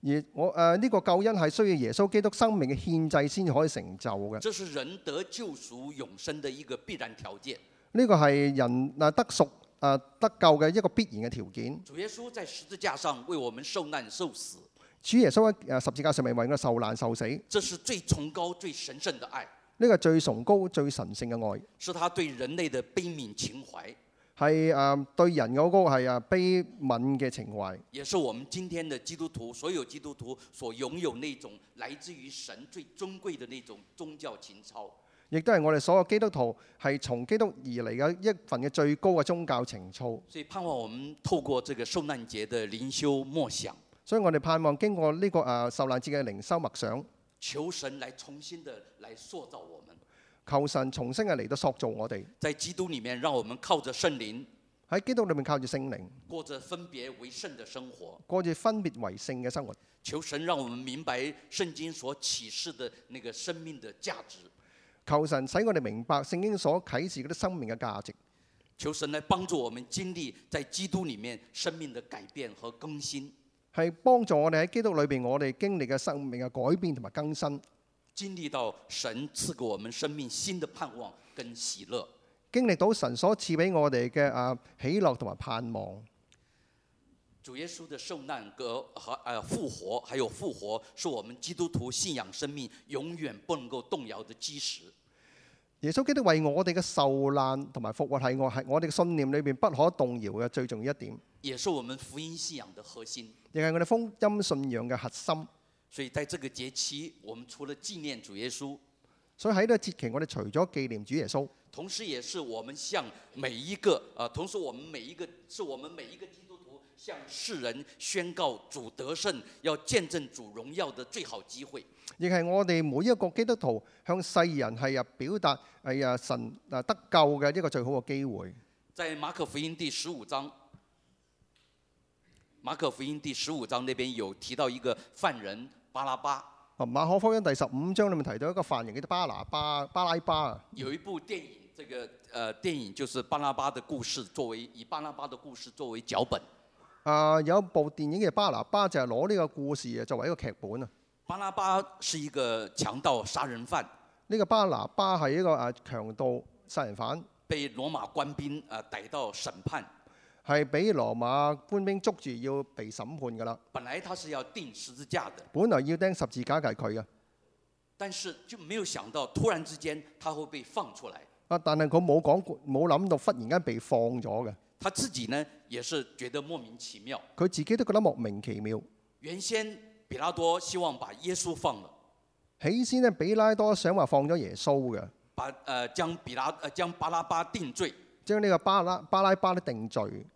[SPEAKER 2] 而我誒呢、個救恩係需要耶穌基督生命嘅獻祭先可以成就嘅。呢、
[SPEAKER 1] 这是人得救赎永生的一个必然条件。
[SPEAKER 2] 個係人啊得贖啊得救嘅一個必然嘅條件。
[SPEAKER 1] 主耶稣在十字架上为我们受難受死，
[SPEAKER 2] 主耶穌喺誒十字架上面為我受難受死，呢、
[SPEAKER 1] 这是最崇高、最神圣的爱。
[SPEAKER 2] 呢個係最崇高、最神聖嘅愛，
[SPEAKER 1] 是他对人类的悲悯情怀，
[SPEAKER 2] 係誒、呃、對人嗰個係誒悲憫嘅情懷，
[SPEAKER 1] 也是我们今天的基督徒所有基督徒所拥有那种来自于神最尊贵的那种宗教情操。
[SPEAKER 2] 亦都係我哋所有基督徒係從基督而嚟嘅一份嘅最高嘅宗教情操。
[SPEAKER 1] 所以盼望我们透过这个受难节的灵修默想，
[SPEAKER 2] 所以我哋盼望經過呢、個誒、呃受難節嘅靈修默想，
[SPEAKER 1] 求神来重新的来塑造我们，
[SPEAKER 2] 求神重新嘅嚟到塑造我哋
[SPEAKER 1] 在基督里面，让我们靠着圣灵
[SPEAKER 2] 喺基督裏面靠住聖靈，
[SPEAKER 1] 过着分别为圣的生活。
[SPEAKER 2] 過住分別為聖嘅生活。
[SPEAKER 1] 求神让我们明白圣经所启示的那个生命的价值。
[SPEAKER 2] 求神使我哋明白聖經所啟示嗰啲生命嘅價值。
[SPEAKER 1] 求神来帮助我们经历在基督里面生命的改变和更新，
[SPEAKER 2] 係幫助我哋喺基督裏邊，我哋經歷嘅生命嘅改變同埋更新，
[SPEAKER 1] 经历到神赐给我们生命新的盼望跟喜乐。
[SPEAKER 2] 經歷到神所賜俾我哋嘅啊喜樂同埋盼望。
[SPEAKER 1] 主耶稣的受难和和呃复活，还有复活，是我们基督徒信仰生命永远不能够动摇的基石。
[SPEAKER 2] 耶穌基督為我哋嘅受難同埋復活係我係我哋嘅信念裏邊不可動搖嘅最重要一點，
[SPEAKER 1] 也是我们福音信仰的核心。
[SPEAKER 2] 亦係我哋福音信仰嘅核心。
[SPEAKER 1] 所以在这个节期，我们除了纪念主耶稣，
[SPEAKER 2] 所以喺呢個節期，我哋除咗紀念主耶穌，
[SPEAKER 1] 同时也是我们向每一个呃，同时我们每一个是我们每一个基督徒向世人宣告主得胜，要见证主荣耀的最好机会。
[SPEAKER 2] 亦係我哋每一個基督徒向世人係啊表達係啊神啊得救嘅一個最好嘅機會。
[SPEAKER 1] 在马可福音第十五章，马可福音第十五章那边有提到一个犯人巴拉巴，
[SPEAKER 2] 啊，馬可福音第十五章裏面提到一個犯人叫做巴拿巴巴拉巴啊。
[SPEAKER 1] 有一部电影，这个呃电影就是巴拉巴的故事作为以巴拉巴的故事作为脚本。
[SPEAKER 2] 啊，有一部電影嘅巴拿巴就係攞呢個故事啊作為一個劇本啊。
[SPEAKER 1] 巴拉巴是一个强盗杀人犯，
[SPEAKER 2] 呢、個巴拿巴係一個啊強盜殺人犯，
[SPEAKER 1] 被罗马官兵呃逮到审判。
[SPEAKER 2] 係俾羅馬官兵捉住要被審判㗎啦。
[SPEAKER 1] 本来他是要钉十字架的，
[SPEAKER 2] 本來要釘十字架嘅係佢嘅，
[SPEAKER 1] 但是就没有想到突然之间他会被放出来。
[SPEAKER 2] 啊，但係佢冇講過冇諗到忽然間被放咗嘅，
[SPEAKER 1] 他自己呢也是覺得莫名其妙。
[SPEAKER 2] 佢自己都覺得莫名其妙。
[SPEAKER 1] 原先比拉多希望把耶稣放了，
[SPEAKER 2] 起先呢，比拉多想話放咗耶穌嘅，
[SPEAKER 1] 把呃将比拉呃将巴拉巴定罪，
[SPEAKER 2] 將呢個巴拉巴拉巴咧定罪，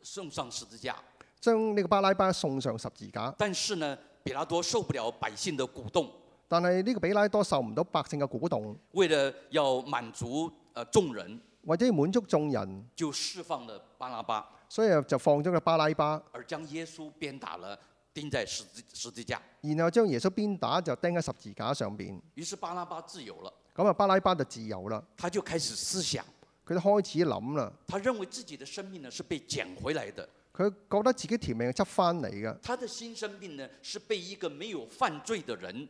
[SPEAKER 1] 送上十字架。
[SPEAKER 2] 將呢個巴拉巴送上十字架。
[SPEAKER 1] 但是呢，比拉多受不了百姓的鼓动，
[SPEAKER 2] 但係呢個比拉多受唔到百姓嘅鼓動，
[SPEAKER 1] 为了要满足呃众人，
[SPEAKER 2] 或者要滿足眾人，
[SPEAKER 1] 就释放了巴拉巴，
[SPEAKER 2] 所以就放咗個巴拉巴，
[SPEAKER 1] 而将耶稣鞭打了，钉在十字十字架。
[SPEAKER 2] 然後將耶穌鞭打就釘喺十字架上邊。
[SPEAKER 1] 于是巴拉巴自由了，
[SPEAKER 2] 咁啊，巴拉巴就自由啦，
[SPEAKER 1] 他就开始思想，
[SPEAKER 2] 佢都開始諗啦，
[SPEAKER 1] 他认为自己的生命呢是被捡回来的，
[SPEAKER 2] 佢覺得自己條命係執翻嚟嘅，
[SPEAKER 1] 他的新生命呢是被一个没有犯罪的人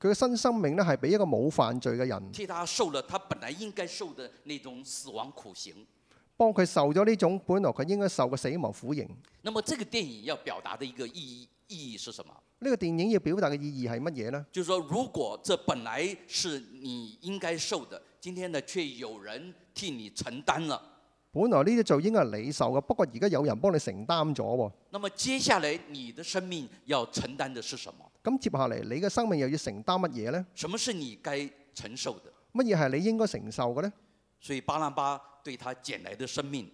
[SPEAKER 2] 佢嘅新生命咧係俾一個冇犯罪嘅人
[SPEAKER 1] 替他受了他本来应该受的那种死亡苦刑。
[SPEAKER 2] 幫佢受咗呢種本來佢應該受嘅死亡苦刑。呢、
[SPEAKER 1] 那么这个电影要表达的一个意义意义是什么？
[SPEAKER 2] 個電影要表達嘅意義係乜嘢呢？
[SPEAKER 1] 就是说，如果这本来是你应该受的，今天呢却有人替你承担了，
[SPEAKER 2] 本來呢啲罪應該係你受嘅，不過而家有人幫你承擔咗喎。
[SPEAKER 1] 那么接下来你的生命要承担的是什么？
[SPEAKER 2] 咁接下嚟你嘅生命又要承擔乜嘢呢？
[SPEAKER 1] 什么是你该承受的？
[SPEAKER 2] 乜嘢係你應該承受嘅呢？
[SPEAKER 1] 所以巴拉巴对他捡来的生命，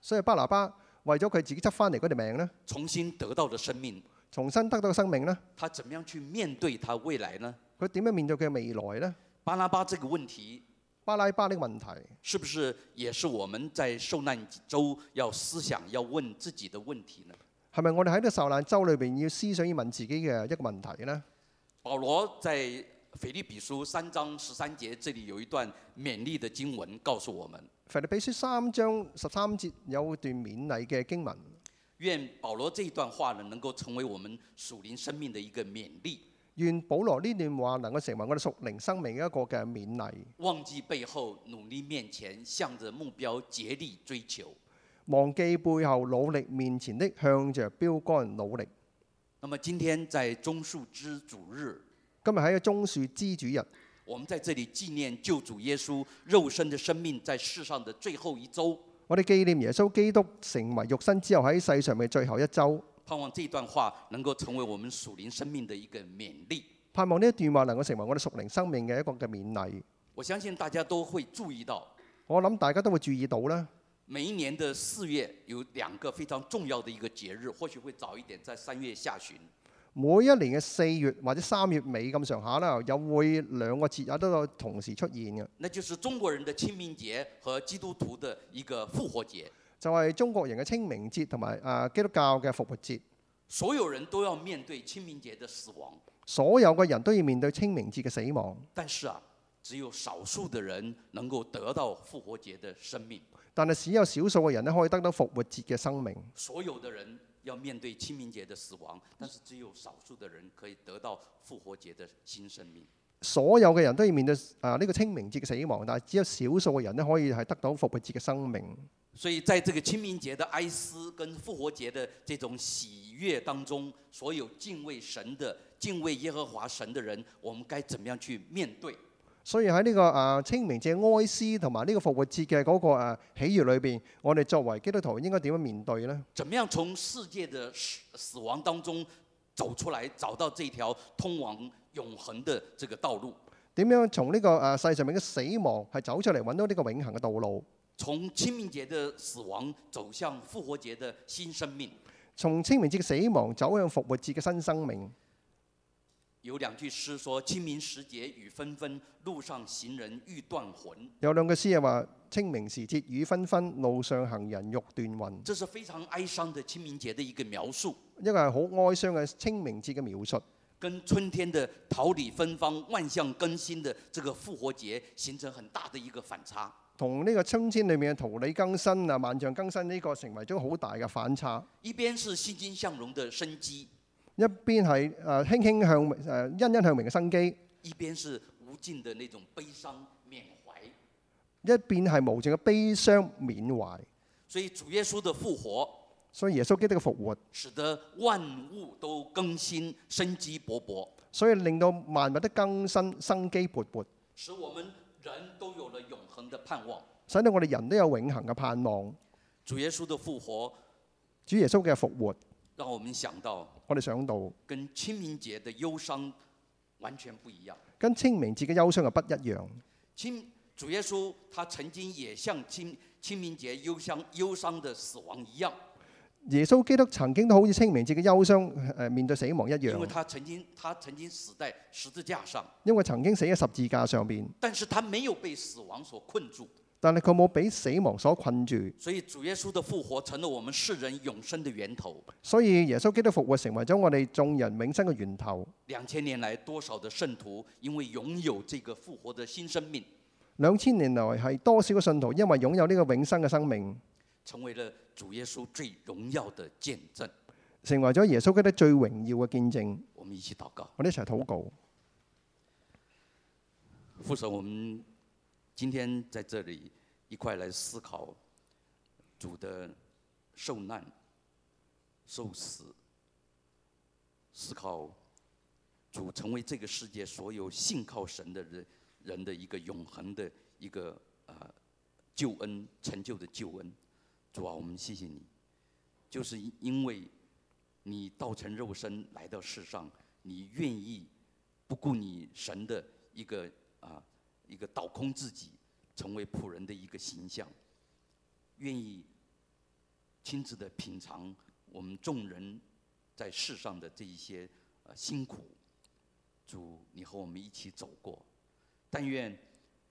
[SPEAKER 2] 所以巴拿巴為咗佢自己執翻嚟嗰條命呢，
[SPEAKER 1] 重新得到的生命，
[SPEAKER 2] 重新得到個生命呢，
[SPEAKER 1] 他怎么样去面对他未来呢？
[SPEAKER 2] 佢點樣面對佢嘅未來呢？
[SPEAKER 1] 巴拉巴这个问题，
[SPEAKER 2] 巴拉巴呢個問題
[SPEAKER 1] 是不是也是我们在受难周要思想、要问自己的问题呢？
[SPEAKER 2] 係咪我哋喺呢個受難周裏邊要思想要問自己嘅一個問題呢？
[SPEAKER 1] 保罗在腓立比书三章十三节这里有一段勉励的经文，告诉我们：
[SPEAKER 2] 腓立比書三章十三節有段勉勵嘅經文，
[SPEAKER 1] 愿保罗这一段话呢，能够成为我们属灵生命的一个勉励。
[SPEAKER 2] 願保羅呢段話能夠成為我哋屬靈生命嘅一個嘅勉勵。
[SPEAKER 1] 忘记背后，努力面前，向着目标竭力追求。
[SPEAKER 2] 忘記背後，努力面前的，向着標杆努力。
[SPEAKER 1] 那么今天在中树之主日，
[SPEAKER 2] 今日喺個棕樹之主日，
[SPEAKER 1] 我我们在这里纪念救主耶稣肉身的生命在世上的最后一周，
[SPEAKER 2] 我哋紀念耶穌基督成為肉身之後喺世上嘅最後一周，
[SPEAKER 1] 盼望这段话能够成为我们属灵生命的一个勉励。
[SPEAKER 2] 盼望呢一段話能夠成為我哋屬靈生命嘅一個嘅勉勵。
[SPEAKER 1] 我相信大家都会注意到，
[SPEAKER 2] 我諗大家都會注意到啦。
[SPEAKER 1] 每一年的四月有两个非常重要的一个节日，或许会早一点，在三月下旬，
[SPEAKER 2] 每一年嘅四月或者三月尾咁上下啦，有會兩個節日都有同時出現嘅，
[SPEAKER 1] 那就是中国人的清明节和基督徒的一个复活节。
[SPEAKER 2] 就係、中國人嘅清明節同埋啊基督教嘅復活節。
[SPEAKER 1] 所有人都要面对清明节的死亡，
[SPEAKER 2] 所有嘅人都要面對清明節嘅死亡，
[SPEAKER 1] 但是啊，只有少数的人能够得到复活节的生命，
[SPEAKER 2] 但係只有少數嘅人咧可以得到復活節嘅生命。
[SPEAKER 1] 所有的人要面对清明节的死亡，但是只有少数的人可以得到复活节的新生命。
[SPEAKER 2] 所有嘅人都要面對啊呢個啊清明節嘅死亡，但係只有少數嘅人咧可以係得到復活節嘅生命。
[SPEAKER 1] 所以，在这个清明节的哀思跟复活节的这种喜悦当中，所有敬畏神的、敬畏耶和华神的人，我们该怎么样去面对？
[SPEAKER 2] 所以喺呢、個啊、清明節哀思同埋呢個復活節嘅嗰個、啊、喜悅裏邊，我哋作為基督徒應該點樣面對呢？
[SPEAKER 1] 怎么样从世界的死死亡当中走出来，找到这条通往永恒的这个道路？
[SPEAKER 2] 點樣從呢、個啊世上面嘅死亡係走出嚟，揾到呢個永恆嘅道路？
[SPEAKER 1] 从清明节的死亡走向复活节的新生命，
[SPEAKER 2] 從清明節嘅死亡走向復活節嘅新生命。
[SPEAKER 1] 有两句诗说：“清明时节雨纷纷，路上行人欲断魂。
[SPEAKER 2] 有兩句詩係話：清明時節雨紛紛，路上行人欲斷魂。”
[SPEAKER 1] 这是非常哀伤的清明节的一个描述，
[SPEAKER 2] 一個係好哀傷嘅清明節嘅描述，
[SPEAKER 1] 跟春天的桃李芬芳、万象更新的这个复活节形成很大的一个反差。
[SPEAKER 2] 同呢個春天裏面嘅桃李更新啊、萬象更新呢個成為咗好大嘅反差。
[SPEAKER 1] 一边是欣欣向荣的生机，
[SPEAKER 2] 一邊係誒輕輕向誒、呃欣欣向榮嘅生機，
[SPEAKER 1] 一边是无尽的那种悲伤缅怀。
[SPEAKER 2] 一邊係無盡嘅悲傷緬懷。
[SPEAKER 1] 所以主耶稣的复活，
[SPEAKER 2] 所以耶穌基督嘅復活，
[SPEAKER 1] 使得万物都更新，生机勃勃，
[SPEAKER 2] 所以令到萬物都更新，生機勃勃，
[SPEAKER 1] 使我们人都有了永恒的盼望。
[SPEAKER 2] 使到我哋人都有永恆嘅盼望。
[SPEAKER 1] 主耶稣的复活，
[SPEAKER 2] 主耶穌嘅復活，
[SPEAKER 1] 让我们想到
[SPEAKER 2] 我哋想到
[SPEAKER 1] 跟清明节的忧伤完全不一样。
[SPEAKER 2] 跟清明節嘅憂傷係不一樣。
[SPEAKER 1] 清主耶稣他曾经也像清清明节忧伤忧伤的死亡一样，
[SPEAKER 2] 耶穌基督曾經都好似清明節嘅憂傷誒、呃面對死亡一
[SPEAKER 1] 因为
[SPEAKER 2] 樣，
[SPEAKER 1] 他曾经他曾经死在十字架上，
[SPEAKER 2] 因為曾經死喺十字架上邊。
[SPEAKER 1] 但是他没有被死亡所困住。
[SPEAKER 2] 但係佢冇俾死亡所困住，
[SPEAKER 1] 所以主耶稣的复活成了我们世人永生的源头。
[SPEAKER 2] 所以耶穌基督復活成為咗我哋眾人永生嘅源頭。
[SPEAKER 1] 两千年来，多少的圣徒因为拥有这个复活的新生命，
[SPEAKER 2] 兩千年來係多少嘅信徒因為擁有呢個永生嘅生命，
[SPEAKER 1] 成为了主耶稣最荣耀的见证。
[SPEAKER 2] 成為咗耶穌基督最榮耀嘅見證。
[SPEAKER 1] 我们一起祷告，
[SPEAKER 2] 我哋一齊禱告，
[SPEAKER 1] 父神，我们今天在这里一块来思考主的受难、受死，思考主成为这个世界所有信靠神的人人的一个永恒的一个呃救恩成就的救恩。主啊，我们谢谢你，就是因为你道成肉身来到世上，你愿意不顾你神的一个啊、一个倒空自己，成为仆人的一个形象，愿意亲自的品尝我们众人在世上的这一些呃辛苦。主，你和我们一起走过，但愿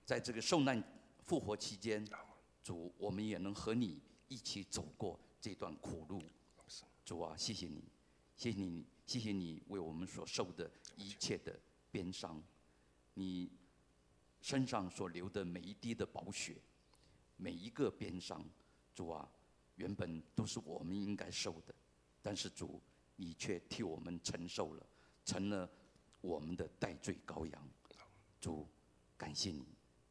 [SPEAKER 1] 在这个受难复活期间，主，我们也能和你一起走过这段苦路。主啊，谢谢你，谢谢你，谢谢你为我们所受的一切的鞭伤，你身上所流的每一滴的宝血，每一个鞭伤，主啊，原本都是我们应该受的，但是主，你却替我们承受了，成了我们的代罪羔羊。主，感谢你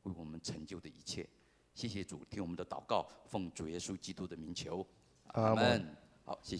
[SPEAKER 1] 为我们成就的一切，谢谢主，听我们的祷告，奉主耶稣基督的名求，阿
[SPEAKER 2] 阿门
[SPEAKER 1] 门。好，谢谢。